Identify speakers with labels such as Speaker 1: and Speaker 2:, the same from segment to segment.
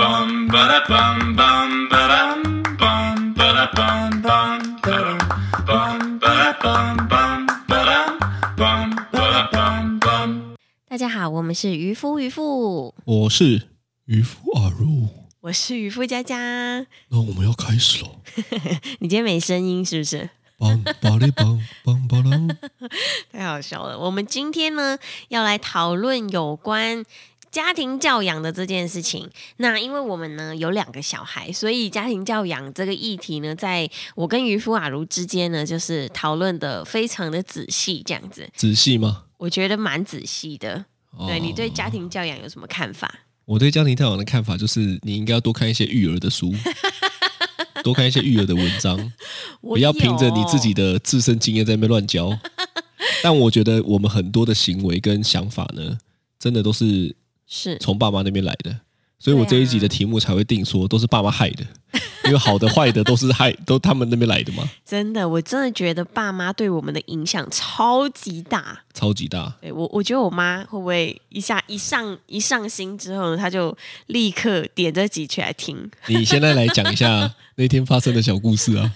Speaker 1: bum ba da bum bum ba dum bum ba da bum bum ba dum bum ba da bum bum ba dum bum ba da bum bum.
Speaker 2: 大家好，我们是渔夫渔妇，
Speaker 3: 我是渔夫阿如，
Speaker 2: 我是渔夫佳佳。
Speaker 3: 那我们要开始了。
Speaker 2: 你今天没声音是不是？
Speaker 3: 梆巴哩梆梆巴啷，
Speaker 2: 太好笑了。我们今天呢要来讨论有关家庭教养的这件事情。那因为我们呢有两个小孩，所以家庭教养这个议题呢，在我跟渔夫阿啊如之间呢，就是讨论的非常的仔细，这样子，
Speaker 3: 仔细吗？
Speaker 2: 我觉得蛮仔细的。 对你对家
Speaker 3: 庭，
Speaker 2: 庭教养有什么看法？
Speaker 3: 我对家庭教养的看法就是，你应该要多看一些育儿 的书，多看一些育儿的文章，
Speaker 2: 我
Speaker 3: 不要凭着你自己
Speaker 2: 的
Speaker 3: 的自身经验在那边乱 教。但我觉得我们很多的行为跟想法呢，真的都是
Speaker 2: 是
Speaker 3: 从爸妈那边来的，所以我这一集的题目才会定说都是爸妈害 的，因为好的坏的都是害都他们那边来的嘛，
Speaker 2: 真的，我真的觉得爸妈对我们的影响超级大。
Speaker 3: 超级大。
Speaker 2: 对我，我觉得我妈会不会一下一上一上心之后呢，她就立刻点这几曲来听。
Speaker 3: 你现在来讲一下那天发生的小故事啊。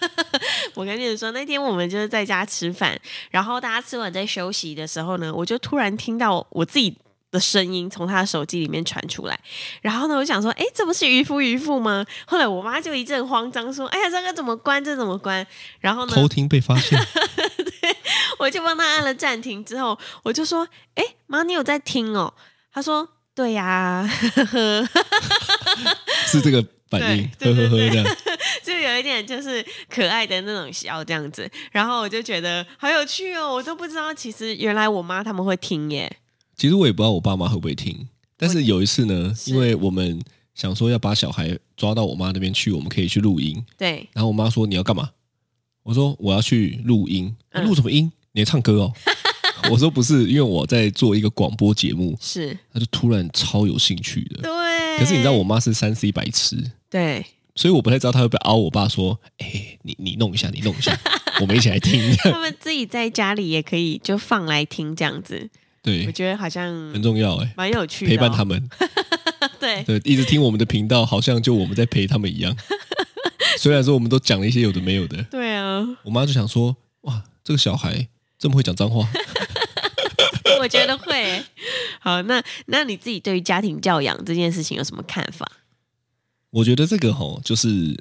Speaker 2: 我跟你们说，那天我们就是在家吃饭，然后大家吃完在休息的时候呢，我就突然听到我自己。的声音从她的手机里面传出来，然后呢，我就想说，哎，这不是渔夫渔妇吗？后来我妈就一阵慌张，说：“哎呀，这个怎么关？这怎么关？”然后呢，
Speaker 3: 偷听被 发现，
Speaker 2: 我就帮他按了暂停之后，我就说：“哎、妈，你有在听哦？”他说：“对呀、 呵呵呵，
Speaker 3: 是这个反应，
Speaker 2: 对对
Speaker 3: 呵呵
Speaker 2: 对
Speaker 3: 呵这样。
Speaker 2: 就有一点就是可爱的那种笑这样子。”然后我就觉得好有趣哦，我都不知道其实原来我妈他们会听耶。
Speaker 3: 其实我也不知道我爸妈会不会听，但是有一次呢，
Speaker 2: 是
Speaker 3: 因为我们想说要把小孩抓到我妈那边去，我们可以去录音。
Speaker 2: 对，
Speaker 3: 然后我妈说你要干嘛？我说我要去录音，
Speaker 2: 嗯
Speaker 3: 录什么音？你在唱歌哦？ 我说不是，因为我在做一个广播节目。
Speaker 2: 是，
Speaker 3: 她就突然超有兴趣的，
Speaker 2: 对。
Speaker 3: 嗯可是你知道我妈是三 C 白痴，
Speaker 2: 对，
Speaker 3: 所以我不太知道他会不会凹我爸说：“哎、你你弄一下，你弄一下，我们一起来听。
Speaker 2: 他们自己在家里也可以就放来听这样子，”我
Speaker 3: 对，
Speaker 2: 觉得好像
Speaker 3: 很重要哎、
Speaker 2: 蛮有趣的、
Speaker 3: 嗯陪伴他
Speaker 2: 们。
Speaker 3: 们， 嗯
Speaker 2: 对，
Speaker 3: 对，一直听我们的频道，好像就我们在陪他们一样。虽然说我们都讲了一些有的没有的，
Speaker 2: 对啊。
Speaker 3: 我妈就想说：“哇，这个小孩这么会讲脏话。
Speaker 2: 我觉得会欸。 好，那那你自己对于家庭教养这件事情有什么看法？”
Speaker 3: 我觉得这个吼，就是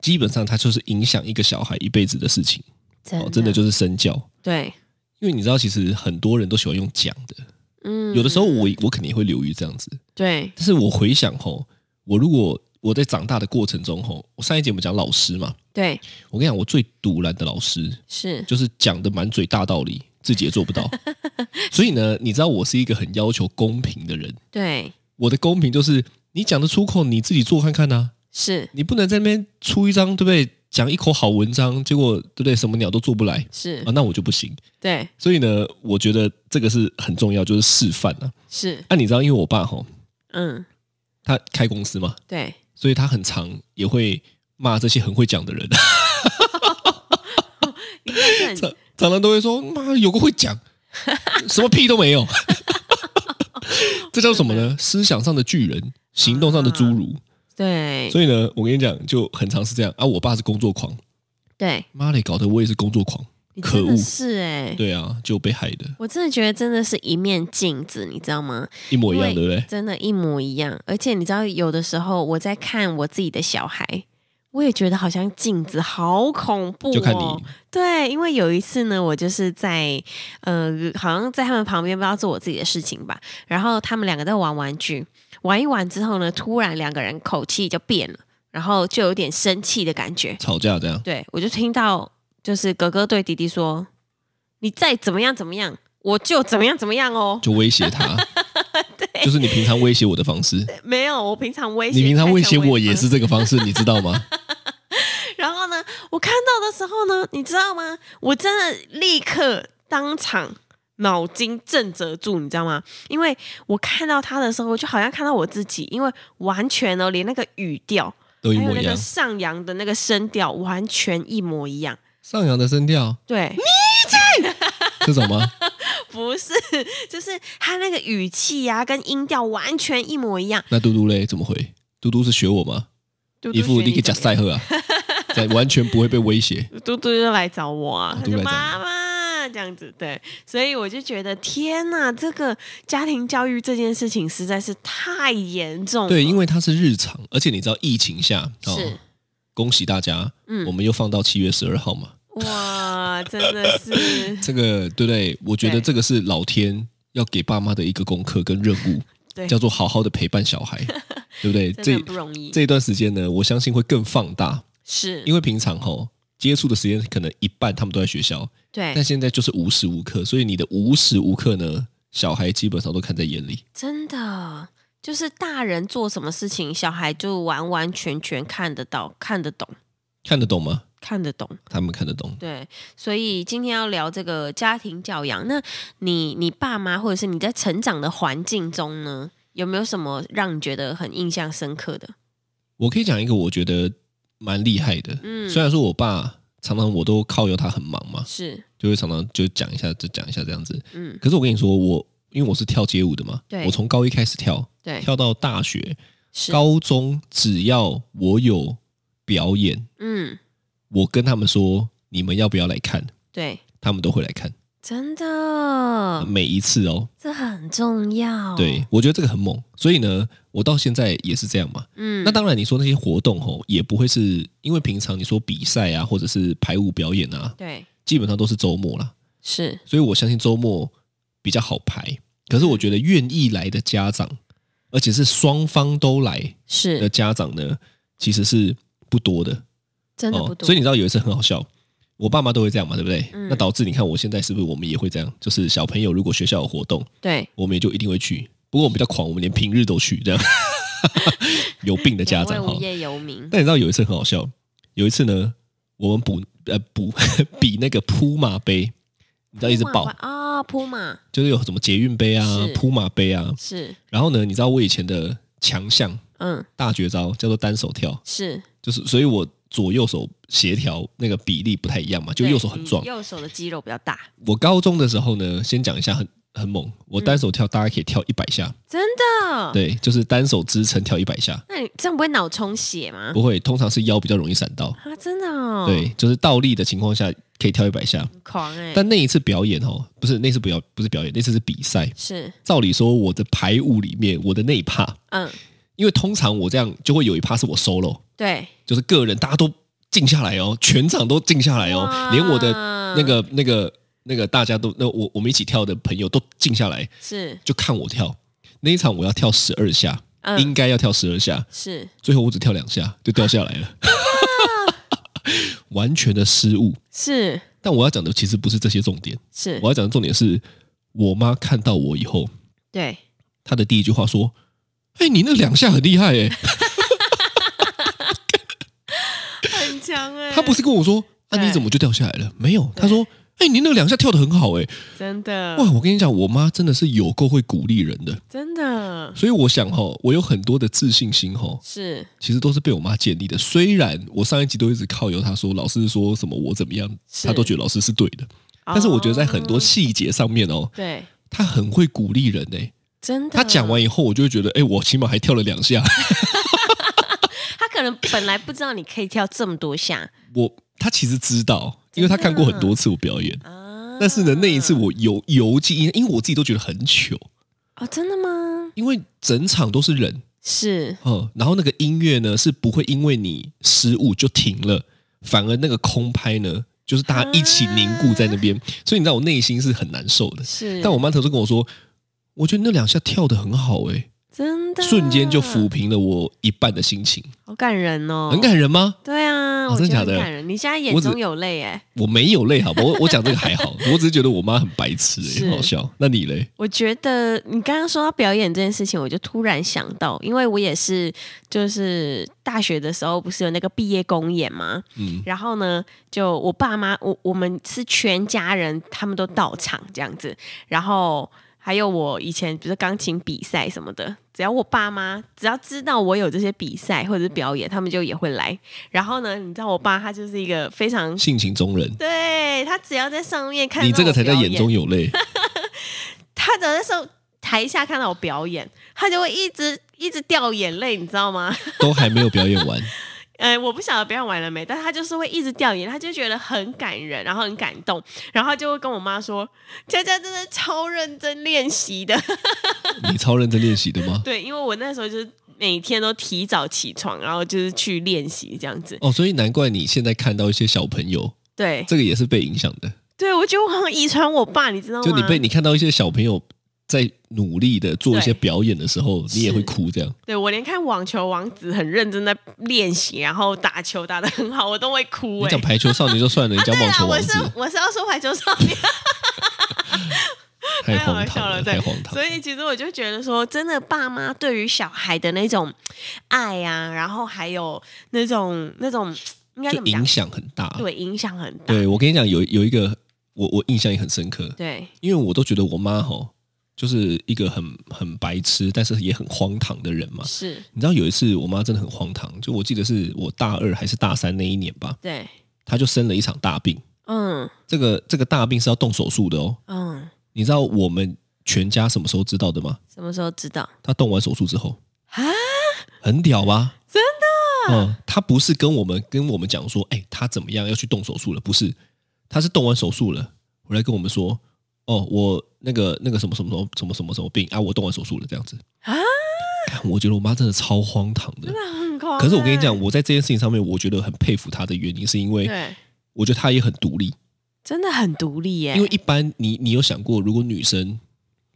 Speaker 3: 基本上它就是影响一个小孩一辈子的事情
Speaker 2: 真
Speaker 3: 哦，真的就是身教。
Speaker 2: 对，
Speaker 3: 因为你知道，其实很多人都喜欢用讲的，
Speaker 2: 嗯
Speaker 3: 有的时候我我肯定会流于这样子，
Speaker 2: 对
Speaker 3: 但是我回想吼，我如果我在长大的过程中吼，我上一节我们讲老师嘛，
Speaker 2: 对
Speaker 3: 我跟你讲，我最堵拦的老师
Speaker 2: 是，
Speaker 3: 就是讲的满嘴大道理，自己也做不到。 所以呢，你知道我是一个很要求公平的人，
Speaker 2: 对
Speaker 3: 我的公平就是你讲得出口，你自己做看看呐、
Speaker 2: 是
Speaker 3: 你不能在那边出一张对不对，讲一口好文章，结果对不对，什么鸟都做不来
Speaker 2: 是
Speaker 3: 啊，，那我就不行。
Speaker 2: 对
Speaker 3: 所以呢，我觉得这个是很重要，就是示范啊。
Speaker 2: 是，
Speaker 3: 那、你知道，因为我爸吼，
Speaker 2: 嗯，
Speaker 3: 他开公司嘛，
Speaker 2: 对，
Speaker 3: 所以他很常也会骂这些很会讲的人，
Speaker 2: 应该是很
Speaker 3: 常常常都会说妈有个会讲， 什么屁都没有， 这叫什 么呢？思想上的巨人，行动上的侏儒。
Speaker 2: 啊对
Speaker 3: 所以呢，我跟你讲，就很常是这样啊。我爸是工作狂，
Speaker 2: 对，
Speaker 3: 妈嘞，搞得我也是工 作狂，
Speaker 2: 你
Speaker 3: 可
Speaker 2: 真
Speaker 3: 恶
Speaker 2: 的，是哎，
Speaker 3: 对啊，就被害的，
Speaker 2: 我真的觉得真的是一面镜子，你知道吗？
Speaker 3: 一模一样，
Speaker 2: 因为
Speaker 3: 对不对？
Speaker 2: 真的，一模一样。而且你知道，有的时候我在看我自己的小孩，我也觉得好像镜子好恐怖、哦。
Speaker 3: 就看你
Speaker 2: 对，因为有一次呢，我就是在呃，好像在他们旁边，不知道做我自己的事情吧。然后他们两个在玩玩具，玩一玩之后呢，突然两个人口气就变了，然后就有点生气的感觉。
Speaker 3: 吵架这样，
Speaker 2: 对我就听到就是哥哥对弟弟说：“你再怎么样怎么样，我就怎么样怎么样哦。”
Speaker 3: 就威胁他，就是你平常威胁我的方式。
Speaker 2: 没有，我平常威胁
Speaker 3: 你平常威胁我也
Speaker 2: 才成为
Speaker 3: 是这个方式，你知道 吗？
Speaker 2: 然后呢，我看到的时候呢，你知道吗？我真的立刻当场脑筋震折住，你知道吗？因为我看到他的时候，我就好像看到我自己，因为完全哦，连那个语调，
Speaker 3: 都一
Speaker 2: 还有
Speaker 3: 模
Speaker 2: 那
Speaker 3: 一
Speaker 2: 个
Speaker 3: 样。
Speaker 2: 上扬的那个声调，完全一模一样。
Speaker 3: 上扬的声调，
Speaker 2: 对，
Speaker 3: 这种吗？
Speaker 2: 不是， 就是他那个语气呀、跟音调完全一模一样。
Speaker 3: 那嘟嘟嘞怎么回？嘟嘟是学我吗？
Speaker 2: 嘟嘟
Speaker 3: 一副
Speaker 2: 学
Speaker 3: 你个
Speaker 2: 怎
Speaker 3: 假
Speaker 2: 么样
Speaker 3: 赛赫啊，在完全不会被威胁。
Speaker 2: 嘟嘟就来找我啊，
Speaker 3: 哦
Speaker 2: 他
Speaker 3: 嘟嘟
Speaker 2: 就
Speaker 3: 来找你
Speaker 2: 妈妈这样子，对，所以我就觉得天哪，这个家庭教育这件事情实在是太严重了。
Speaker 3: 对，因为它是日常，而且你知道疫情下，哦、
Speaker 2: 是
Speaker 3: 恭喜大家，
Speaker 2: 嗯
Speaker 3: 我们又放到七月十二号嘛。
Speaker 2: 哇，真的 是
Speaker 3: 这个对不对？我觉得
Speaker 2: 对
Speaker 3: 这个是老天要给爸妈的一个功课跟任务，
Speaker 2: 对，
Speaker 3: 叫做好好的陪伴小 孩，对不对？
Speaker 2: 真的很
Speaker 3: 这
Speaker 2: 不容易，嗯
Speaker 3: 这一段时间呢，我相信会更放大，
Speaker 2: 是
Speaker 3: 因为平常吼、接触的时间可能一半他们都在学校，但
Speaker 2: 对，
Speaker 3: 现在就是无时无刻，所以你的无时无刻呢，小孩基本上都看在眼里。
Speaker 2: 真的就是大人做什么事情，小孩就完完全全看得到、看得懂、
Speaker 3: 看得懂吗？
Speaker 2: 看得懂。
Speaker 3: 他们看得懂。
Speaker 2: 对，所以今天要聊这个家庭教养。那你你爸妈或者是你在成长的环境中呢，有没有什么让你觉得很印象深刻的？
Speaker 3: 我可以讲一个我觉得蛮厉害的，
Speaker 2: 嗯
Speaker 3: 虽然说我爸常常我都靠由他很忙嘛，
Speaker 2: 是，
Speaker 3: 就会常常就讲一下就讲一下这样子。
Speaker 2: 嗯，
Speaker 3: 可是我跟你说，我因为我是跳街舞的嘛，
Speaker 2: 对
Speaker 3: 我从高一开始跳，
Speaker 2: 对，
Speaker 3: 跳到大学、
Speaker 2: 是，
Speaker 3: 高中，只要我有表演，
Speaker 2: 嗯，
Speaker 3: 我跟他们说你们要不要来看，
Speaker 2: 对，
Speaker 3: 他们都会来看，
Speaker 2: 真的，
Speaker 3: 每一次哦。
Speaker 2: 这很重要。
Speaker 3: 对，，我觉得这个很猛，所以呢，我到现在也是这样嘛。
Speaker 2: 嗯，
Speaker 3: 那当然，你说那些活动哦，也不会是因为平常你说比赛啊，或者是排舞表演啊，
Speaker 2: 对
Speaker 3: 基本上都是周末啦。
Speaker 2: 是，
Speaker 3: 所以我相信周末比较好排。可是我觉得愿意来的家长，而且是双方都来的
Speaker 2: 是
Speaker 3: 家长呢，其实是不多的
Speaker 2: 真的不多，
Speaker 3: 哦所以你知道有一次很好笑，我爸妈都会这样嘛，对不对？
Speaker 2: 嗯
Speaker 3: 那导致你看我现在是不是我们也会这样？就是小朋友如果学校有活动，
Speaker 2: 对
Speaker 3: 我们也就一定会去。不过我们比较狂，我们连平日都去，这样 有病的家
Speaker 2: 两位
Speaker 3: 长哈
Speaker 2: 无。业游民，
Speaker 3: 但你知道有一次很好笑，有一次呢，我们补呃补 比那个扑马杯，你知道一直爆，
Speaker 2: 啊，铺马
Speaker 3: 就是有什么捷运杯啊
Speaker 2: 是、
Speaker 3: 扑马杯啊。
Speaker 2: 是，
Speaker 3: 然后呢，你知道我以前的强项
Speaker 2: 嗯，
Speaker 3: 大绝招叫做单手跳，
Speaker 2: 是
Speaker 3: 就是所以我左右手协调那个比例不太一样嘛，就
Speaker 2: 对
Speaker 3: 右手很
Speaker 2: 你
Speaker 3: 壮。
Speaker 2: 右手的肌肉比较大，
Speaker 3: 我高中的时候呢，先讲一下很很猛，
Speaker 2: 嗯
Speaker 3: 我单手跳大概可以跳一百下，
Speaker 2: 真的。
Speaker 3: 对，就是单手支撑跳一百下，
Speaker 2: 那你这样不会脑充血吗？
Speaker 3: 不会，通常是腰比较容易闪到，
Speaker 2: 啊，真的哦，
Speaker 3: 对，，就是倒立的情况下可以跳一百下。
Speaker 2: 很狂哎、
Speaker 3: 但那一次表演哦，不是那次表不是表演，那次是比赛。
Speaker 2: 是，
Speaker 3: 照理说，我的排舞里面，我的那一趴，
Speaker 2: 嗯，
Speaker 3: 因为通常我这样就会有一趴是我 solo，
Speaker 2: 对，
Speaker 3: 就是个人，大家都静下来哦，全场都静下来哦，
Speaker 2: 哇
Speaker 3: 连我的那个那个那个大家都那我我们一起跳的朋友都静下来，
Speaker 2: 是，
Speaker 3: 就看我跳。那一场我要跳十二下，应
Speaker 2: 嗯，
Speaker 3: 该要跳十二下，
Speaker 2: 是
Speaker 3: 最后我只跳两下就掉下来 了，完全的失误。
Speaker 2: 是
Speaker 3: 但我要讲的其实不是这些重点，
Speaker 2: 是
Speaker 3: 我，要讲的重点是我妈看到我以后，
Speaker 2: 对，
Speaker 3: 她的第一句话说：“哎、你那两下很厉害哎、
Speaker 2: 嗯很强哎、
Speaker 3: 她不是跟我说：“啊，
Speaker 2: 对
Speaker 3: 你怎么就掉下来了？”没有，她说：“哎、你那两下跳得很好哎、
Speaker 2: 真的，
Speaker 3: 哇，我跟你讲，我妈真的是有够会鼓励人的，
Speaker 2: 真的
Speaker 3: 所以我想哈、我有很多的自信心哈、
Speaker 2: 是
Speaker 3: 其实都是被我妈建立的。虽然我上一集都一直靠由她说老师说什么我怎么样，
Speaker 2: 是
Speaker 3: 她都觉得老师是对的，但是我觉得在很多
Speaker 2: 哦
Speaker 3: 细节上面哦，
Speaker 2: 对，
Speaker 3: 她很会鼓励人呢、
Speaker 2: 真的，
Speaker 3: 她讲完以后，我就会觉得，哎、我起码还跳了两下，
Speaker 2: 他可能本来不知道你可以跳这么多下
Speaker 3: 我她其实知道，因为她看过很多次我表演。
Speaker 2: 啊，
Speaker 3: 但是呢，那一次我游游记，因为我自己都觉得很糗，
Speaker 2: 哦，真的吗？
Speaker 3: 因为整场都是人，
Speaker 2: 是
Speaker 3: 哦，然后那个音乐呢是不会因为你失误就停了，反而那个空拍呢，就是大家一起凝固在那边，所以你知道我内心是很难受的。
Speaker 2: 是，
Speaker 3: 但我妈头就跟我说，我觉得那两下跳的很好欸诶、
Speaker 2: 真的
Speaker 3: 瞬间就抚，平了我一半的心情，
Speaker 2: 好感人哦，
Speaker 3: 很感人吗？
Speaker 2: 对啊，
Speaker 3: 哦
Speaker 2: 我
Speaker 3: 真的
Speaker 2: 觉得
Speaker 3: 假
Speaker 2: 很
Speaker 3: 的
Speaker 2: 感人，你现在眼
Speaker 3: 我只
Speaker 2: 中有泪哎。
Speaker 3: 我没有泪，好吧，我我讲这个还好， 我只是觉得我妈很白痴、欸，
Speaker 2: 是
Speaker 3: 很好笑。那你嘞？
Speaker 2: 我觉得你刚刚说到表演这件事情，我就突然想到，因为我也是，就是大学的时候不是有那个毕业公演吗？
Speaker 3: 嗯，
Speaker 2: 然后呢，就我爸妈，我我们是全家人，他们都到场这样子。然后还有我以前比如说钢琴比赛什么的，只要我爸妈只要知道我有这些比赛或者是表演，他们就也会来。然后呢，你知道我爸他就是一个非常。
Speaker 3: 性情中人，
Speaker 2: 对他只要在上面看到
Speaker 3: 你这个
Speaker 2: 我
Speaker 3: 才 叫
Speaker 2: 表
Speaker 3: 眼中有泪。
Speaker 2: 他只要在上，他台下看到我表演，他就会一直一直掉眼泪，你知道吗？
Speaker 3: 都还没有表演完，
Speaker 2: 呃，我不晓得表演完了没，但他就是会一直掉眼泪，他就觉得很感人，然后很感动，然后就会跟我妈说：“佳佳真的超认真练习的。
Speaker 3: 你超认真练习的”吗？
Speaker 2: 对，因为我那时候就是每天都提早起床，然后就是去练习这样子。
Speaker 3: 哦，所以难怪你现在看到一些小朋友，
Speaker 2: 对，
Speaker 3: 这个也是被影响的。
Speaker 2: 对我觉得我好像遗传我爸，你知道吗？
Speaker 3: 就你被你看到一些小朋友在努力的做一些
Speaker 2: 对
Speaker 3: 表演的时候，你也
Speaker 2: 是
Speaker 3: 会哭这样。
Speaker 2: 对我连看网球王子很认真在练习，然后打球打得很好，我都会哭、
Speaker 3: 你
Speaker 2: 欸。
Speaker 3: 讲排球少年就 算了，你
Speaker 2: 啊，对
Speaker 3: 讲网
Speaker 2: 啊，
Speaker 3: 球
Speaker 2: 我
Speaker 3: 王
Speaker 2: 是
Speaker 3: 子、
Speaker 2: 我是要说排球少年，
Speaker 3: 太
Speaker 2: 太好
Speaker 3: 荒
Speaker 2: 笑
Speaker 3: 唐
Speaker 2: 了对
Speaker 3: 太荒唐
Speaker 2: 所。以其实我就觉得说，真的爸妈对于小孩的那种爱啊，然后还有那种那种应该
Speaker 3: 就
Speaker 2: 怎么
Speaker 3: 影
Speaker 2: 讲？
Speaker 3: 响很大。
Speaker 2: 对，影响很大。
Speaker 3: 对，我跟你讲，有有一个我我印象也很深刻，
Speaker 2: 对
Speaker 3: 因为我都觉得我妈吼就是一个很很白痴，但是也很荒唐的人嘛。
Speaker 2: 是，
Speaker 3: 你知道有一次我妈真的很荒唐，就我记得是我大二还是大三那一年吧，
Speaker 2: 对，
Speaker 3: 她就生了一场大病。
Speaker 2: 嗯
Speaker 3: 这个这个大病是要动手术的哦。
Speaker 2: 嗯，
Speaker 3: 你知道我们全家什么时候知道的吗？
Speaker 2: 什么时候知道
Speaker 3: 她动完手术之后，
Speaker 2: 啊？
Speaker 3: 很屌吧？
Speaker 2: 真
Speaker 3: 的？嗯，他不是跟我们跟我们讲说，哎、他怎么样要去动手术了？不是，他是动完手术了，回来跟我们说，哦，我那个那个什么什么什么什么什么什么病啊，我动完手术了，这样子
Speaker 2: 啊
Speaker 3: 干我觉得我妈真的超荒唐的。
Speaker 2: 那很狂、
Speaker 3: 可是我跟你讲，，我在这件事情上面，我觉得很佩服她的原因，是因为
Speaker 2: 啊对，
Speaker 3: 我觉得她也很独立。
Speaker 2: 真的很独立耶、
Speaker 3: 因为一般你你有想过，如果女生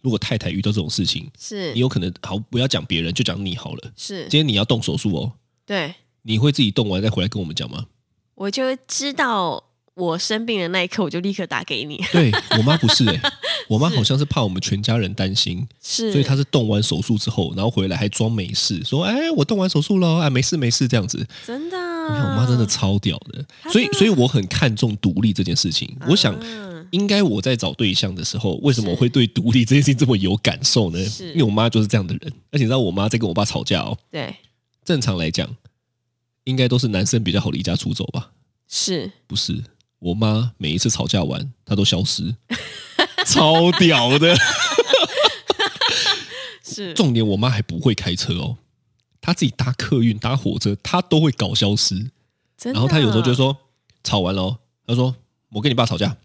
Speaker 3: 如果太太遇到这种事情，
Speaker 2: 是
Speaker 3: 你有可能好不要讲别人，就讲你好了。
Speaker 2: 是
Speaker 3: 今，天你要动手术哦，
Speaker 2: 对
Speaker 3: 你会自己动完再回来跟我们讲吗？
Speaker 2: 我就会知道我生病的那一刻，我就立刻打给你。
Speaker 3: 对我妈不 是哎、我妈好像是怕我们全家人担心，
Speaker 2: 是，
Speaker 3: 所以她是动完手术之后，然后回来还装没事，说哎我动完手术了，哎没事没事这样子。
Speaker 2: 真的，啊嗯
Speaker 3: 你看我妈真的超屌嗯的，所以所以我很看重独立这件事情。我想
Speaker 2: 嗯
Speaker 3: 应该我在找对象的时候，为什么
Speaker 2: 是
Speaker 3: 我会对独立这件事情这么有感受呢？
Speaker 2: 是
Speaker 3: 因为我妈就是这样的人，而且你知道我妈在跟我爸吵架哦。
Speaker 2: 对
Speaker 3: 正常来讲，应该都是男生比较好离家出走吧？
Speaker 2: 是。
Speaker 3: 不是，我妈每一次吵架完，她都消失，超屌的。
Speaker 2: 是
Speaker 3: 重点，我妈还不会开车哦，她自己搭客运、搭火车，她都会搞消失。
Speaker 2: 真的啊
Speaker 3: 然后她有时候就说，吵完了哦，她说我跟你爸吵架，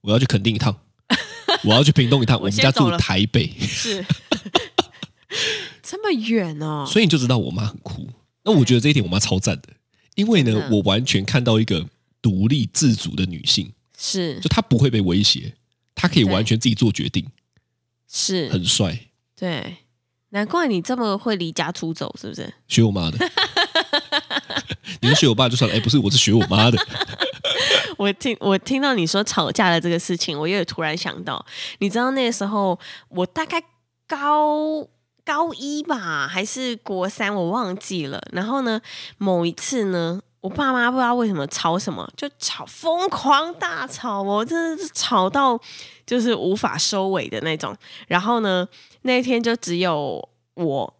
Speaker 3: 我要去垦丁一趟，我要去屏东一趟，我
Speaker 2: 我
Speaker 3: 们
Speaker 2: 先
Speaker 3: 家
Speaker 2: 走
Speaker 3: 住
Speaker 2: 了
Speaker 3: 台 北。
Speaker 2: 是这么远哦，
Speaker 3: 所以你就知道我妈很酷。那我觉得这一点我妈超赞的，因为
Speaker 2: 真
Speaker 3: 呢
Speaker 2: 的，
Speaker 3: 我完全看到一个独立自主的女性，
Speaker 2: 是
Speaker 3: 就她不会被威胁，她可以
Speaker 2: 对
Speaker 3: 完全自己做决定，
Speaker 2: 是，
Speaker 3: 很帅。
Speaker 2: 对，难怪你这么会离家出走，是不是？
Speaker 3: 学我 妈的，你是学我爸就算了，哎，不是，我是学我妈的。
Speaker 2: 我听我听到你说吵架的这个事情，我也有突然想到，你知道那个时候我大概高高一吧，还是国三，我忘记了。然后呢，某一次呢，我爸妈不知道为什么吵什么，就吵疯狂大吵哦，真的是吵到就是无法收尾的那种。然后呢，那一天就只有我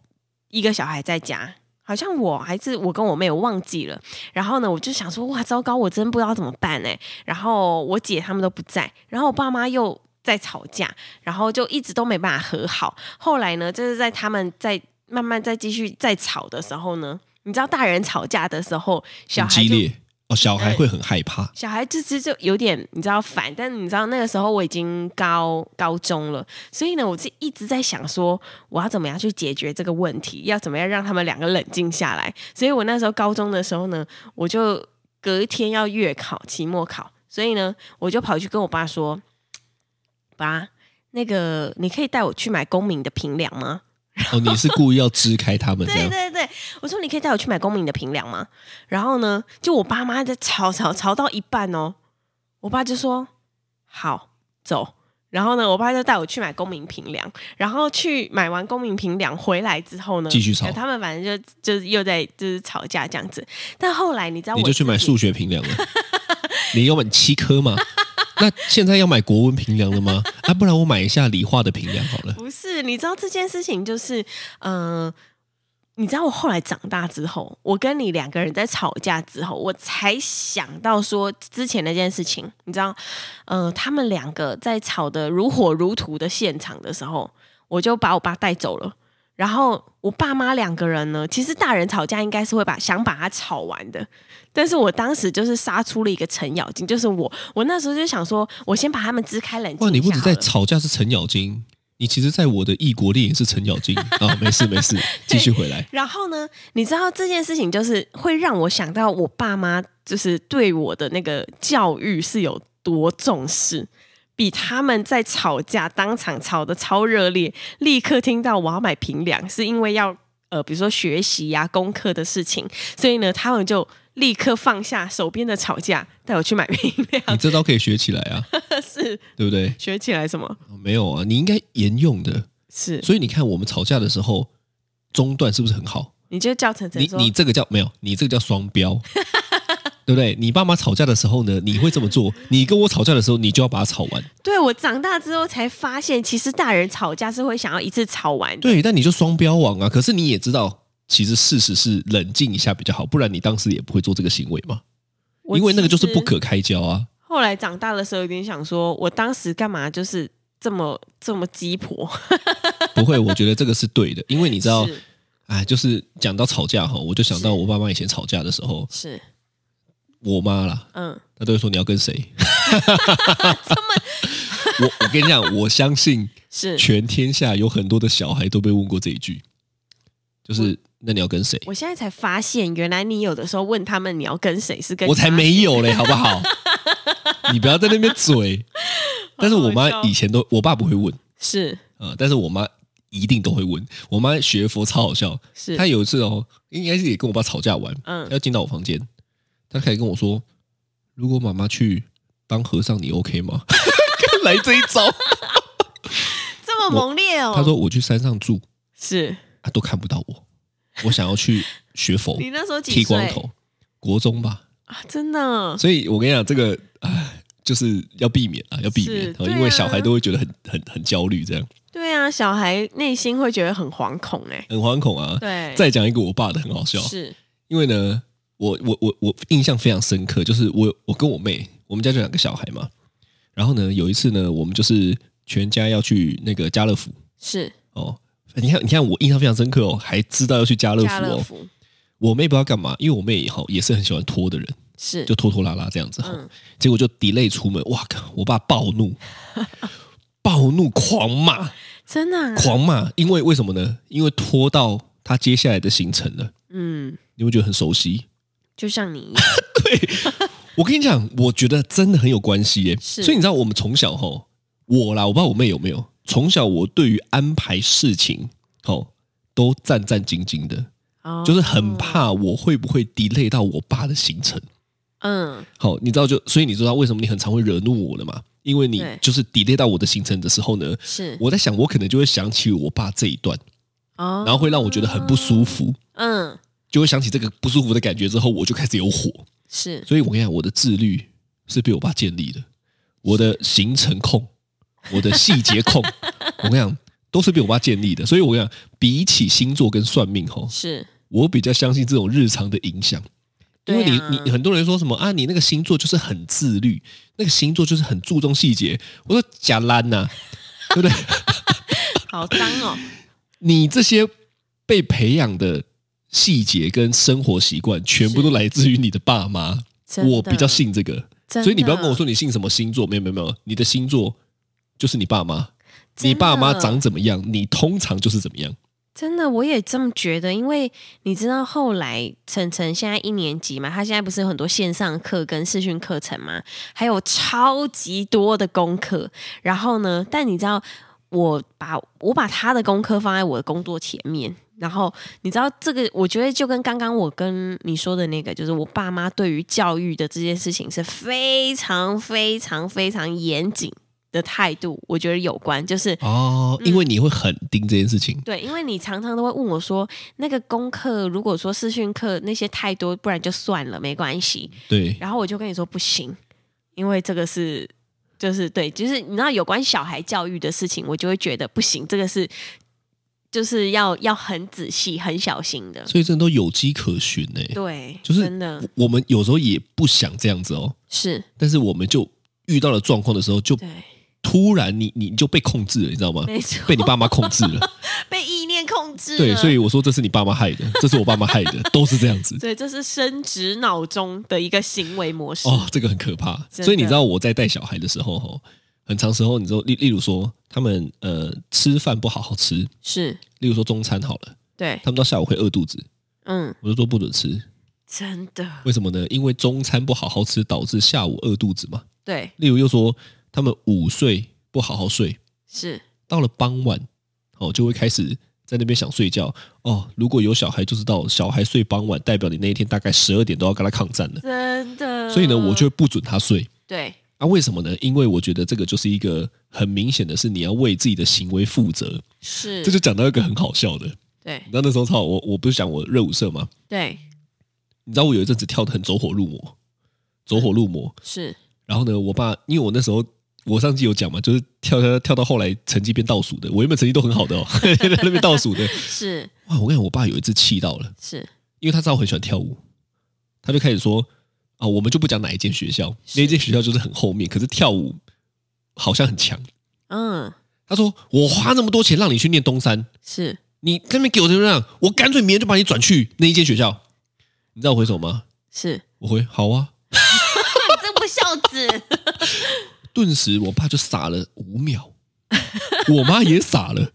Speaker 2: 一个小孩在家。好像我还是我跟我妹，我忘记了。然后呢，我就想说，哇，糟糕，我真不知道怎么办哎。然后我姐他们都不在，然后我爸妈又在吵架，然后就一直都没办法和好。后来呢，就是在他们在慢慢再继续再吵的时候呢，你知道大人吵架的时候，小
Speaker 3: 很
Speaker 2: 孩
Speaker 3: 激
Speaker 2: 就
Speaker 3: 烈哦，小孩会很害怕，
Speaker 2: 小孩就是就有点你知道烦，但你知道那个时候我已经高高中了，所以呢，我是一直在想说我要怎么样去解决这个问题，要怎么样让他们两个冷静下来。所以我那时候高中的时候呢，我就隔一天要月考、期末考，所以呢，我就跑去跟我爸说：“爸，那个你可以带我去买公民的平凉吗？”
Speaker 3: 哦，你是故意要支开他们这
Speaker 2: 对
Speaker 3: 样，
Speaker 2: 对对，我说你可以带我去买公民的平凉吗？然后呢，就我爸妈在吵吵吵到一半哦，我爸就说好走。然后呢，我爸就带我去买公民平凉，然后去买完公民平凉回来之后呢，
Speaker 3: 继续吵
Speaker 2: 呃他们反正就就是又在就是吵架这样子。但后来你知道我
Speaker 3: 你就去买
Speaker 2: 自己
Speaker 3: 数学平凉了， 你要买七 颗吗？那现在要买国文平凉了吗？啊，不然我买一下理化的平凉好了。
Speaker 2: 不是，你知道这件事情就是，嗯、你知道我后来长大之后，我跟你两个人在吵架之后，我才想到说之前那件事情，你知道，呃，他们两个在吵得如火如荼的现场的时候，我就把我爸带走了。然后我爸妈两个人呢，其实大人吵架应该是会把想把它吵完的，但是我当时就是杀出了一个程咬金，就是我，我那时候就想说，我先把他们支开冷
Speaker 3: 哇，
Speaker 2: 静
Speaker 3: 你
Speaker 2: 一
Speaker 3: 不
Speaker 2: 下
Speaker 3: 止
Speaker 2: 好
Speaker 3: 在
Speaker 2: 了
Speaker 3: 吵架是程咬金，你其实在我的异国恋也是程 咬金啊！没事没事，继续回来。
Speaker 2: 然后呢，你知道这件事情就是会让我想到我爸妈就是对我的那个教育是有多重视，比他们在吵架当场吵得超热烈，立刻听到我要买平凉，是因为要呃比如说学习呀、功课的事情，所以呢他们就立刻放下手边的吵架，带我去买平
Speaker 3: 你
Speaker 2: 凉，
Speaker 3: 这招可以学起来啊，
Speaker 2: 是
Speaker 3: 对不对？
Speaker 2: 学起来什么？
Speaker 3: 没有啊，你应该沿用的。
Speaker 2: 是，
Speaker 3: 所以你看，我们吵架的时候中断是不是很好？
Speaker 2: 你就叫晨晨
Speaker 3: 你
Speaker 2: 说
Speaker 3: 你这个叫没有，你这个叫双标， 对不对？你爸妈吵架的时候呢，你会这么做；你跟我吵架的时候，你就要把它吵完。
Speaker 2: 对我长大之后才发现，其实大人吵架是会想要一次吵完的。
Speaker 3: 对，但你就双标王啊！可是你也知道，其实事实是冷静一下比较好，不然你当时也不会做这个行为嘛，
Speaker 2: 我
Speaker 3: 因为那个就是
Speaker 2: 其实
Speaker 3: 不。可开交啊。
Speaker 2: 后来长大的时候，有点想说，我当时干嘛就是这么这么鸡婆？
Speaker 3: 不会，我觉得这个是对的，因为你知道，
Speaker 2: 是
Speaker 3: 哎，就是讲到吵架哈，我就想到
Speaker 2: 是
Speaker 3: 我爸妈以前吵架的时候，
Speaker 2: 是，
Speaker 3: 我妈啦，
Speaker 2: 嗯，
Speaker 3: 她都会说你要跟谁。 我我跟你讲，我相信
Speaker 2: 是。
Speaker 3: 全天下有很多的小孩都被问过这一句，就是那你要跟谁？
Speaker 2: 我现在才发现，原来你有的时候问他们你要跟谁是跟
Speaker 3: 我才
Speaker 2: 他
Speaker 3: 没 有嘞，好不好？你不要在那边嘴。但是我妈
Speaker 2: 好好笑
Speaker 3: 以前都，我爸不会问，
Speaker 2: 是
Speaker 3: 呃，但是我妈一定都会问。我妈学佛超好笑，
Speaker 2: 是
Speaker 3: 她有一次哦，应该是也跟我爸吵架完，
Speaker 2: 嗯
Speaker 3: 她要进到我房间，她开始跟我说：“如果妈妈去当和尚，你 OK 吗？” 来这一招，
Speaker 2: 这么猛烈哦。
Speaker 3: 她说：“我去山上住，
Speaker 2: 是
Speaker 3: 她都看不到我，我想要去学佛，
Speaker 2: 你那时候几岁？
Speaker 3: 剃光头，国中吧。”
Speaker 2: 啊，真的
Speaker 3: 所以我跟你讲，这个啊，就是要避免啊，要避免
Speaker 2: 是，
Speaker 3: 哦
Speaker 2: 对啊
Speaker 3: 因为小孩都会觉得很很很焦虑，这样
Speaker 2: 对啊，小孩内心会觉得很惶恐哎、
Speaker 3: 很惶恐啊。
Speaker 2: 对，
Speaker 3: 再讲一哦个我爸的很好笑，
Speaker 2: 是
Speaker 3: 因为呢，我我我我印象非常深刻，就是我我跟我妹，我们家就两个小孩嘛，然后呢，有一次呢，我们就是全家要去那个家乐福
Speaker 2: 是
Speaker 3: 哦。你看，你看，我印象非常深刻哦，还知道要去家乐
Speaker 2: 家
Speaker 3: 福
Speaker 2: 乐
Speaker 3: 哦。
Speaker 2: 福
Speaker 3: 我妹不知道干嘛，因为我妹哈也是很喜欢拖的人，
Speaker 2: 是
Speaker 3: 就拖拖拉拉这样子哈、
Speaker 2: 嗯
Speaker 3: 结果就 delay 出门，哇靠！我爸暴怒，暴怒狂骂，
Speaker 2: 真的、啊、
Speaker 3: 狂骂，因为为什么呢？因为拖到他接下来的行程了，
Speaker 2: 嗯，
Speaker 3: 你会觉得很熟悉。
Speaker 2: 就像你一样
Speaker 3: 我跟你讲，我觉得真的很有关系耶。
Speaker 2: 是
Speaker 3: 所以你知道，我们从小吼，我啦，我不知道我妹有没有，从小我对于安排事情吼都战战兢兢的，
Speaker 2: 哦
Speaker 3: 就是很怕我会不会 delay 到我爸的行程。
Speaker 2: 嗯，
Speaker 3: 好，你知道就，所以你知道为什么你很常会惹怒我了嘛？因为你
Speaker 2: 对
Speaker 3: 就是 delay 到我的行程的时候呢，
Speaker 2: 是
Speaker 3: 我在想，我可能就会想起我爸这一段，
Speaker 2: 哦
Speaker 3: 然后会让我觉得很不舒服，
Speaker 2: 嗯，
Speaker 3: 就会想起这个不舒服的感觉之后，我就开始有火。
Speaker 2: 是
Speaker 3: 所以我跟你讲，我的自律是被我爸建立的，我的行程控，我的细节 控，我跟你讲，都是被我爸建立的。所以我跟你讲，比起星座跟算命吼，
Speaker 2: 是，
Speaker 3: 我比较相信这种日常的影响，因为
Speaker 2: 对
Speaker 3: 你、
Speaker 2: 啊
Speaker 3: 你很多人说什么啊，你那个星座就是很自律，那个星座就是很注重细节。我说假烂呐、对不对？
Speaker 2: 好脏哦，
Speaker 3: 你这些被培养的细节跟生活习惯，全部都来自于你的爸妈。
Speaker 2: 真的
Speaker 3: 我比较，信这个，
Speaker 2: 真的
Speaker 3: 所以你不要跟我说你信什么星座，没有没有没有，你的星座就是你爸妈，
Speaker 2: 真的
Speaker 3: 你爸妈长怎么样，你通常就是怎么样。
Speaker 2: 真的我也这么觉得，因为你知道后来晨晨现在一年级嘛，他现在不是有很多线上课跟视讯课程嘛，还有超级多的功课，然后呢，但你知道。我把我把他的功课放在我的工作前面，然后你知道这个，我觉得就跟刚刚我跟你说的那个，就是我爸妈对于教育的这件事情是非常非常非常严谨的态度，我觉得有关，就是嗯
Speaker 3: 哦，因为你会很盯这件事情。
Speaker 2: 对，因为你常常都会问我说，那个功课如果说视讯课那些太多，不然就算了，没关系。
Speaker 3: 对，
Speaker 2: 然后我就跟你说不行，因为这个是就是对，就是你知道有关小孩教育的事情，我就会觉得不行，这个是就是要要很仔细、很小心的。
Speaker 3: 所以这都有迹可循呢、
Speaker 2: 对，
Speaker 3: 就是
Speaker 2: 真的
Speaker 3: 我我们有时候也不想这样子哦，
Speaker 2: 是
Speaker 3: 但是我们就遇到了状况的时候，就
Speaker 2: 对，
Speaker 3: 突然你你你就被控制了，你知道吗？
Speaker 2: 没错，
Speaker 3: 被你爸妈控制 了，
Speaker 2: 被意念控制了。
Speaker 3: 对，所以我说这是你爸妈害的，这是我爸妈害的，都是这样子。
Speaker 2: 对，这是深植脑中的一个行为模式。
Speaker 3: 哦，这个很可怕。
Speaker 2: 真的
Speaker 3: 所以你知道我在带小孩的时候，吼，很长时候，你知道，例例如说，他们呃吃饭不好好吃，
Speaker 2: 是，
Speaker 3: 例如说中餐好了，
Speaker 2: 对，
Speaker 3: 他们到下午会饿肚子，
Speaker 2: 嗯，
Speaker 3: 我就说不准吃。
Speaker 2: 真的，
Speaker 3: 为什么呢？因为中餐不好好吃，导致下午饿肚子嘛。
Speaker 2: 对，
Speaker 3: 例如又说，他们午睡不好好睡，
Speaker 2: 是，
Speaker 3: 到了傍晚，哦，就会开始在那边想睡觉。哦，如果有小孩就知道，小孩睡傍晚，代表你那一天大概十二点都要跟他抗战了。
Speaker 2: 真的。
Speaker 3: 所以呢，我就会不准他睡。
Speaker 2: 对，
Speaker 3: 啊，为什么呢？因为我觉得这个就是一个很明显的是你要为自己的行为负责。
Speaker 2: 是，
Speaker 3: 这就讲到一个很好笑的，你
Speaker 2: 对，
Speaker 3: 知道那时候操，我我不是讲我热舞社吗？
Speaker 2: 对，
Speaker 3: 你知道我有一阵子跳的很走火入魔，走火入魔。
Speaker 2: 是，
Speaker 3: 然后呢，我爸因为我那时候我上期有讲嘛，就是跳跳跳到后来成绩变倒数的，我原本成绩都很好的哦，在那边倒数的。
Speaker 2: 是，
Speaker 3: 哇，我跟你讲，我爸有一次气到了，
Speaker 2: 是，
Speaker 3: 因为他知道我很喜欢跳舞，他就开始说啊，我们就不讲哪一间学校，那一间学校就是很后面，可是跳舞好像很强。
Speaker 2: 嗯，
Speaker 3: 他说：“我花那么多钱让你去念东山，
Speaker 2: 是，
Speaker 3: 你在那边给我怎么样？我干脆明天就把你转去那一间学校。”你知道我回什么吗？
Speaker 2: 是，哎
Speaker 3: 我回好啊。
Speaker 2: 你这不孝子。
Speaker 3: 顿时，我爸就傻了五秒，我妈也傻了，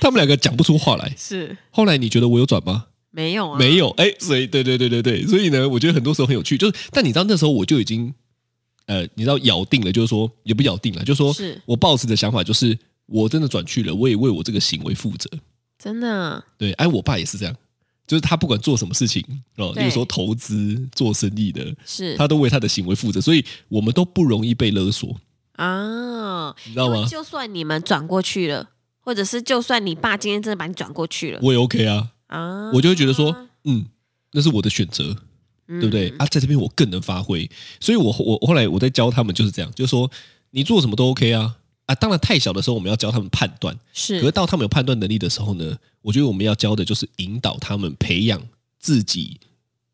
Speaker 3: 他们两个讲不出话来。
Speaker 2: 是，
Speaker 3: 后来你觉得我有转吗？
Speaker 2: 没有啊，
Speaker 3: 没有，哎，所以对对对对对，所以呢，我觉得很多时候很有趣，就是但你知道那时候我就已经，呃，你知道咬定了，就是说也不咬定了，就是说
Speaker 2: 是
Speaker 3: 我抱持的想法就是，我真的转去了，我也为我这个行为负责。
Speaker 2: 真的，
Speaker 3: 对，哎，我爸也是这样，就是他不管做什么事情哦，
Speaker 2: 对
Speaker 3: 例如说投资、做生意的，
Speaker 2: 是
Speaker 3: 他都为他的行为负责，所以我们都不容易被勒索，
Speaker 2: 啊，
Speaker 3: 你知
Speaker 2: 因
Speaker 3: 道
Speaker 2: 为
Speaker 3: 吗？
Speaker 2: 就算你们转过去了，或者是就算你爸今天真的把你转过去了
Speaker 3: 我也 OK 啊，
Speaker 2: 啊，
Speaker 3: 我就会觉得说，嗯，那是我的选择，
Speaker 2: 对
Speaker 3: 对不
Speaker 2: 嗯
Speaker 3: 对？？啊，在这边我更能发挥，所以我我我后来我在教他们就是这样，就是说你做什么都 OK 啊。啊，当然太小的时候我们要教他们判断，可是
Speaker 2: 是
Speaker 3: 到他们有判断能力的时候呢，我觉得我们要教的就是引导他们培养自己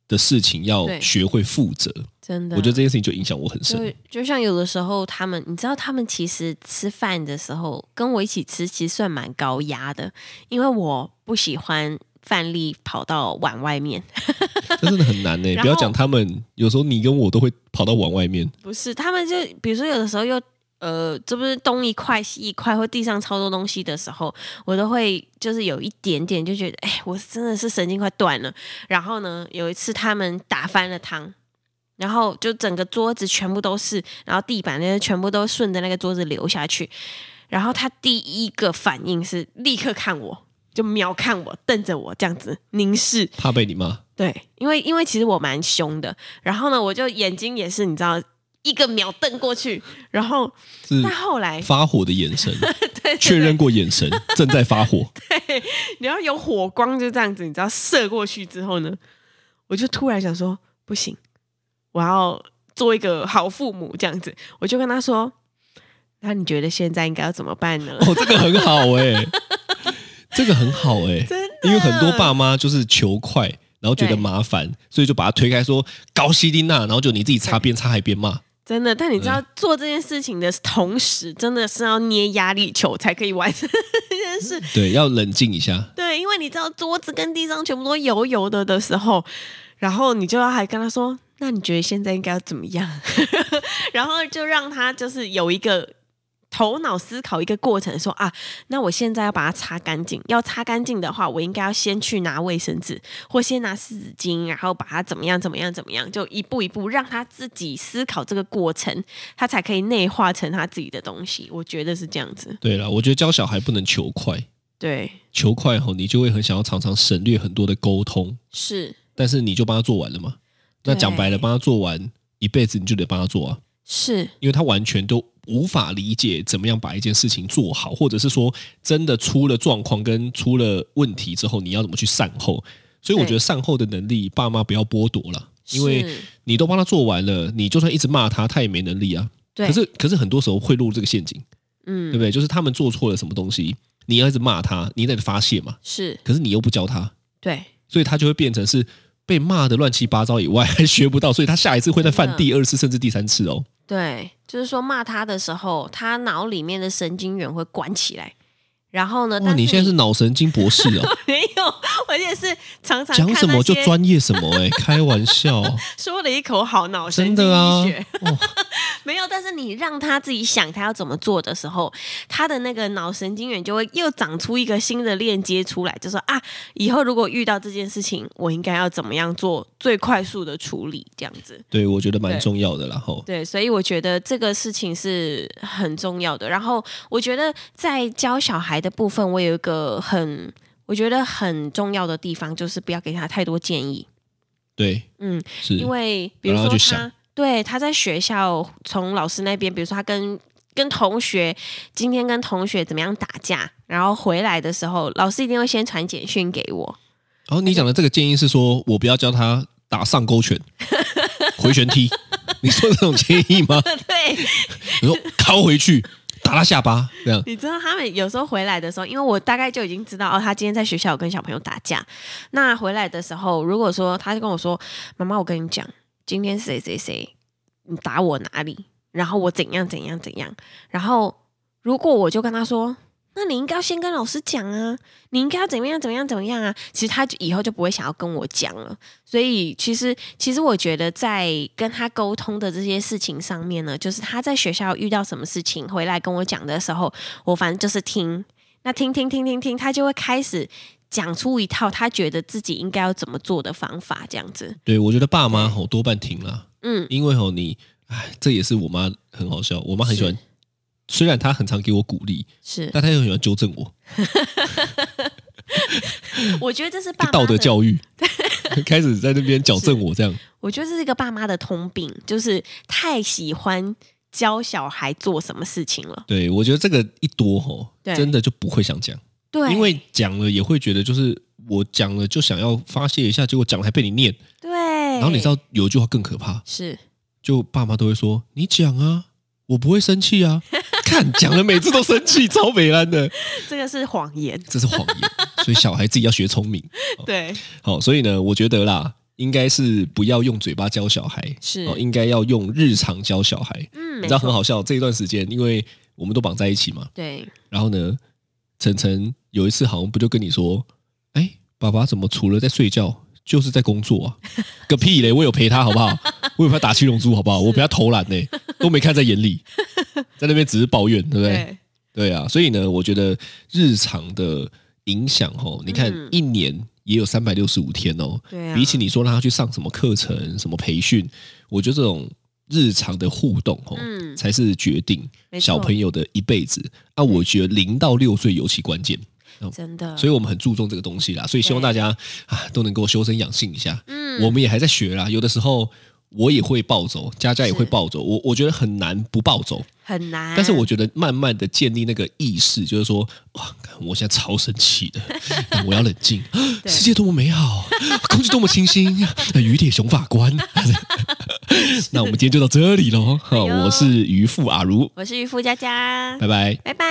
Speaker 3: 的事情要
Speaker 2: 对
Speaker 3: 学会负责。
Speaker 2: 真的，
Speaker 3: 我觉得这件事情就影响我很深。
Speaker 2: 就就像有的时候，他们你知道，他们其实吃饭的时候跟我一起吃，其实算蛮高压的，因为我不喜欢饭粒跑到碗外面。
Speaker 3: 这真的很难呢、欸
Speaker 2: 然后
Speaker 3: 不要讲他们，有时候你跟我都会跑到碗外面。
Speaker 2: 不是，他们就比如说有的时候又呃，这不是东一块西一块，或地上超多东西的时候，我都会就是有一点点就觉得，哎，我真的是神经快断了。然后呢，有一次他们打翻了汤。然后就整个桌子全部都是，然后地板那些全部都顺着那个桌子流下去。然后他第一个反应是立刻看我，就瞄看我，瞪着我这样子凝视。
Speaker 3: 怕被你骂，
Speaker 2: 对，因为因为其实我蛮凶的，然后呢，我就眼睛也是你知道一个秒瞪过去，然后
Speaker 3: 嗯是
Speaker 2: 但后来
Speaker 3: 发火的眼神，
Speaker 2: 对
Speaker 3: 确认，过 眼神，正在发火。
Speaker 2: 对对对你要有火光就这样子，你知道射过去之后呢，我就突然想说不行，我要做一个好父母这样子，我就跟他说，那你觉得现在应该要怎么办 呢？
Speaker 3: 哦，这个很好哎、这个很好哎、
Speaker 2: 真的，
Speaker 3: 因为很多爸妈就是求快，然后觉得
Speaker 2: 对
Speaker 3: 麻烦，所以就把他推开说搞西丁娜，然后就你自己擦边擦海边骂。
Speaker 2: 真的，但你
Speaker 3: 嗯
Speaker 2: 知道做这件事情的同时，真的是要捏压力球才可以完成这件事。
Speaker 3: 对，要冷静一下。
Speaker 2: 对，因为你知道桌子跟地上全部都油油的的时候，然后你就要还跟他说，那你觉得现在应该要怎么样？ 然后就让他就是有一个头脑思考一个过程说啊，那我现在要把它擦干净。要擦干净的话，我应该要先去拿卫生纸，或先拿湿纸巾，然后把它怎么样怎么样怎么样，就一步一步让他自己思考这个过程，他才可以内化成他自己的东西。我觉得是这样子，
Speaker 3: 对了，我觉得教小孩不能求快，
Speaker 2: 对，
Speaker 3: 求快吼，你就会很想要常常省略很多的沟通，
Speaker 2: 是
Speaker 3: 但是你就帮他做完了嘛。那
Speaker 2: 对
Speaker 3: 讲白了，帮他做完一辈子，你就得帮他做啊，
Speaker 2: 是，
Speaker 3: 因为他完全都无法理解怎么样把一件事情做好，或者是说真的出了状况跟出了问题之后，你要怎么去善后。所以我
Speaker 2: 对
Speaker 3: 觉得善后的能力，爸妈不要剥夺了，因为
Speaker 2: 是
Speaker 3: 你都帮他做完了，你就算一直骂他，他也没能力啊。
Speaker 2: 对，
Speaker 3: 可是可是很多时候会落入这个陷阱，对不
Speaker 2: 嗯，
Speaker 3: 对？就是他们做错了什么东西，你要一直骂他，你得发泄嘛。
Speaker 2: 是
Speaker 3: 可是你又不教他，
Speaker 2: 对，
Speaker 3: 所以他就会变成是被骂的乱七八糟以外，还学不到，所以他下一次会再犯
Speaker 2: 真的
Speaker 3: 第二次甚至第三次哦。
Speaker 2: 对，就是说骂他的时候，他脑里面的神经元会关起来。然后呢？
Speaker 3: 哇，
Speaker 2: 呃但
Speaker 3: 哦你现在是脑神经博士哦，
Speaker 2: 没有，而且是常常
Speaker 3: 讲
Speaker 2: 看
Speaker 3: 什
Speaker 2: 那
Speaker 3: 么就
Speaker 2: 些
Speaker 3: 专业什么哎、开玩笑，
Speaker 2: 说了一口好脑神
Speaker 3: 真
Speaker 2: 经
Speaker 3: 的啊
Speaker 2: 医学，，
Speaker 3: 哦，
Speaker 2: 没有，但是你让他自己想他要怎么做的时候，他的那个脑神经元就会又长出一个新的链接出来，就说啊，以后如果遇到这件事情，我应该要怎么样做最快速的处理，这样子。
Speaker 3: 对，我觉得蛮
Speaker 2: 对
Speaker 3: 重要的啦，吼，
Speaker 2: 对，所以我觉得这个事情是很重要的。然后我觉得在教小孩的部分，我有一个很我觉得很重要的地方，就是不要给他太多建议。
Speaker 3: 对，
Speaker 2: 嗯，
Speaker 3: 是，
Speaker 2: 因为比如
Speaker 3: 让他
Speaker 2: 说
Speaker 3: 去
Speaker 2: 他
Speaker 3: 想
Speaker 2: 对他在学校从老师那边，比如说他跟跟同学今天跟同学怎么样打架，然后回来的时候，老师一定会先传简讯给我。
Speaker 3: 然后你讲的这个建议是说，我不要教他打上勾 拳、回旋踢，你说这种建议吗？
Speaker 2: 对，
Speaker 3: 你说敲回去，打他下巴，这样
Speaker 2: 你知道他们有时候回来的时候，因为我大概就已经知道哦，他今天在学校有跟小朋友打架。那回来的时候，如果说他就跟我说：“妈妈，我跟你讲，今天谁谁谁你打我哪里，然后我怎样怎样怎样。”然后如果我就跟他说：“那你应该要先跟老师讲啊，你应该要怎么样怎么样怎么样啊。”其实他就以后就不会想要跟我讲了。所以其实其实我觉得在跟他沟通的这些事情上面呢，就是他在学校遇到什么事情回来跟我讲的时候，我反正就是听，那听听听听听，他就会开始讲出一套他觉得自己应该要怎么做的方法，这样子。
Speaker 3: 对我觉得爸妈吼多半停啦，
Speaker 2: 嗯，
Speaker 3: 因为吼你，哎，这也是我妈很好笑，我妈很喜欢
Speaker 2: 是，
Speaker 3: 虽然她很常给我鼓励，
Speaker 2: 是，
Speaker 3: 但她又很喜欢纠正我，
Speaker 2: 我觉得这是爸妈
Speaker 3: 道德
Speaker 2: 的
Speaker 3: 教育开始在那边矫正我这样。
Speaker 2: 我觉得这是一个爸妈的通病，就是太喜欢教小孩做什么事情了。
Speaker 3: 对，我觉得这个一多吼，
Speaker 2: 对
Speaker 3: 真的就不会想讲，
Speaker 2: 对，
Speaker 3: 因为讲了也会觉得就是我讲了就想要发泄一下，结果讲了还被你念，
Speaker 2: 对，
Speaker 3: 然后你知道有一句话更可怕，
Speaker 2: 是
Speaker 3: 就爸妈都会说：“你讲啊，我不会生 气啊。”看讲了每次都生气，超北安的，
Speaker 2: 这个是谎言，
Speaker 3: 这是谎言。所以小孩自己要学聪明。
Speaker 2: 对，
Speaker 3: 好，所以呢，我觉得啦，应该是不要用嘴巴教小孩，
Speaker 2: 是
Speaker 3: 哦，应该要用日常教小孩。
Speaker 2: 嗯，
Speaker 3: 你
Speaker 2: 没
Speaker 3: 知道很
Speaker 2: 错，
Speaker 3: 好笑，这一段时间因为我们都绑在一起嘛，
Speaker 2: 对，
Speaker 3: 然后呢，晨晨有一次好像不就跟你说：“哎，爸爸怎么除了在睡觉？”就是在工作啊，个屁嘞！我有陪他好不好？我有陪他打七龙珠好不好？我陪他投篮呢、都没看在眼里，在那边只是抱怨，对不对？对
Speaker 2: 对，
Speaker 3: 啊，所以呢，我觉得日常的影响哦，你看、
Speaker 2: 嗯
Speaker 3: 一年也有三百六十五天哦，
Speaker 2: 对啊
Speaker 3: 比起你说让他去上什么课程、什么培训，我觉得这种日常的互动哦，
Speaker 2: 嗯
Speaker 3: 才是决定
Speaker 2: 没错嗯
Speaker 3: 小朋友的一辈子。啊，我觉得零到六岁尤其关键，
Speaker 2: 真的，
Speaker 3: 所以
Speaker 2: 以
Speaker 3: 我们很注重这个东西啦。所以希望
Speaker 2: 嗯对
Speaker 3: 大家啊都能够修身养性一下。
Speaker 2: 嗯，
Speaker 3: 我们也还在学啦，有的时候我也会暴走，佳佳也
Speaker 2: 是
Speaker 3: 会暴走。我我觉得很难不暴走，
Speaker 2: 很难，
Speaker 3: 但是我觉得慢慢的建立那个意识，就是说，哇，看我现在超生气的， 但我要冷静，
Speaker 2: 对
Speaker 3: 世界多么美 好，空气多么清新， 雨铁熊法官。 那我们今天就到这里喽，哈
Speaker 2: 哎呦
Speaker 3: 我是渔夫阿如，
Speaker 2: 我是渔夫佳佳，
Speaker 3: 拜拜。
Speaker 2: 拜拜